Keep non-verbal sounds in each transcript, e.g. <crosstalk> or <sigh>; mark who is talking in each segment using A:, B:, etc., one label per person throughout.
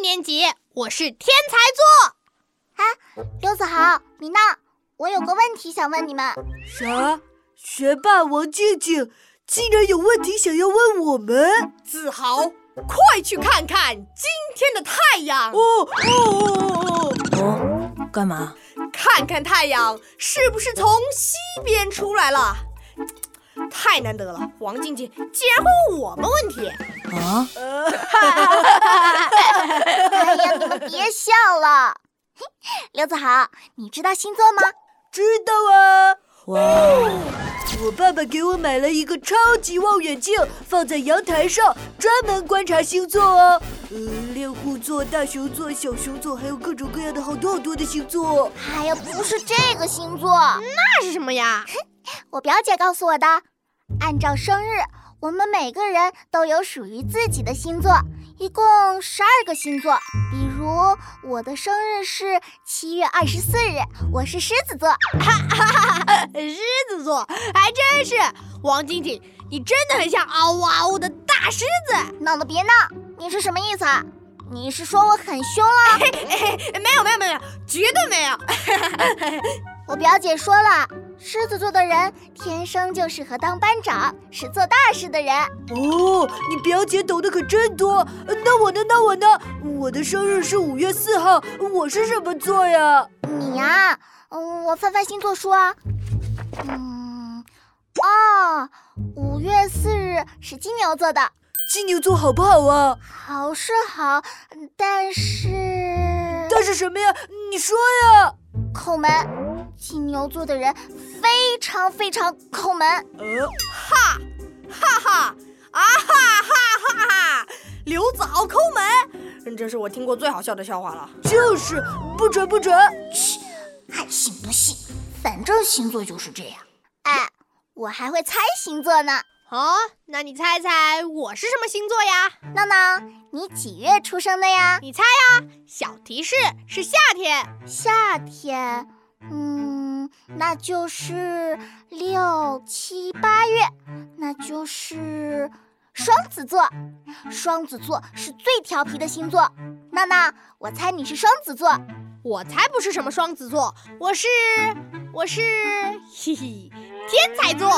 A: 年级，我是天才座。
B: 啊刘子豪、米娜，我有个问题想问你们。
C: 啥？学霸王静静竟然有问题想要问我们？
D: 子豪，快去看看今天的太阳，
C: 哦哦哦！
E: 哦，干嘛？
D: 看看太阳是不是从西边出来了？太难得了，王静静竟然会问我们问题。
E: 啊，
B: 哎呀，你们别笑了。 <laughs> 嘿，刘子豪，你知道星座吗？
C: 知道啊，
E: 哇，
C: 我爸爸给我买了一个超级望远镜，放在阳台上，专门观察星座哦。呃，猎户座、大熊座、小熊座，还有各种各样的好多好多的星座。
B: 哎呀，不是这个星座，
D: 那是什么呀？
B: 我表姐告诉我的。按照生日，我们每个人都有属于自己的星座，一共十二个星座。比如我的生日是七月二十四日，我是狮子座。
D: 呃狮子座，还真是。王静静，你真的很像嗷呜嗷呜的大狮子。
B: 闹了别闹，你是什么意思啊？你是说我很凶啊？
D: 没有没有没有，绝对没有。
B: 我表姐说了，狮子座的人天生就适合当班长，是做大事的人。
C: 哦，你表姐懂得可真多。呃那我呢？那我呢？我的生日是五月四号，我是什么座呀？
B: 你呀、嗯，我翻翻星座书啊。嗯，哦，五月四日是金牛座的，
C: 金牛座好不好啊？
B: 好是好，嗯但是
C: 但是什么呀？你说呀？
B: 抠门。金牛座的人非常非常抠门。
C: 呃，
D: 哈哈啊哈哈哈哈！刘子豪抠门，这是我听过最好笑的笑话了。
C: 就是不准不准。
B: 还哎信不信？反正星座就是这样。哎，我还会猜星座呢。
A: 哦，那你猜猜我是什么星座呀？
B: 闹闹，你几月出生的呀？
A: 你猜呀、小提示是夏天。
B: 夏天，嗯，那就是六七八月，那就是双子座。双子座是最调皮的星座。闹闹，我猜你是双子座。
A: 我才不是什么双子座，我是我是嘿嘿天才座。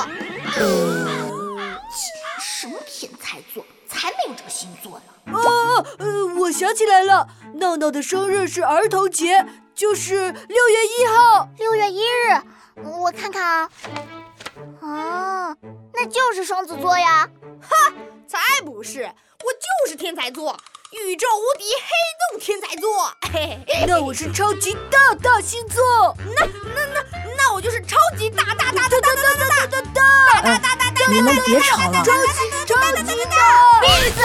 B: 什么天才座？才没有这个星座呢。
C: 哦，呃，我想起来了，闹闹的生日是儿童节，就是六月一号。
B: 六月一日，我看看啊。啊，那就是双子座呀。
D: 才不是，我就是天才座，宇宙无敌黑洞天才座。嘿嘿，
C: 那我是超级大大星座，
D: 那我就是超级大大大大大大大大大大大大大大
E: 你们别吵了。
C: 超级超级大。
B: 闭嘴！